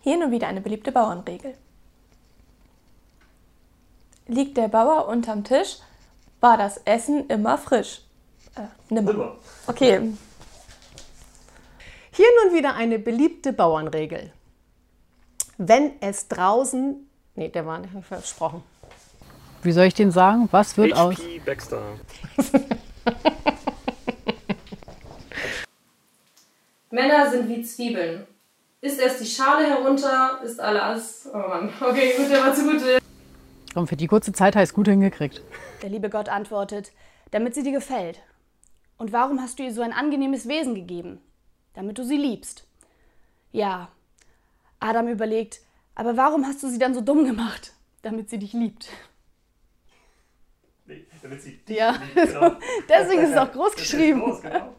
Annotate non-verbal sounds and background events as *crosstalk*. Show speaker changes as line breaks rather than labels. Hier nur wieder eine beliebte Bauernregel. Liegt der Bauer unterm Tisch, war das Essen immer frisch. Äh, nimmer.
Nimmer.
Okay,
Hier nun wieder eine beliebte Bauernregel. Wenn es draußen. Nee, der war nicht hab ich versprochen.
Wie soll ich den sagen? Was wird aus?
HP Baxter.
Männer sind wie Zwiebeln. Ist erst die Schale herunter, ist alles. Oh Mann. Okay, gut, der war zugute.
Komm, für die kurze Zeit heißt gut hingekriegt.
Der liebe Gott antwortet, damit sie dir gefällt. Und warum hast du ihr so ein angenehmes Wesen gegeben? Damit du sie liebst. Ja. Adam überlegt, aber warum hast du sie dann so dumm gemacht? Damit sie dich liebt.
Nee, damit sie
Ja,
genau.
*laughs* deswegen ist es auch groß geschrieben.
Groß, genau.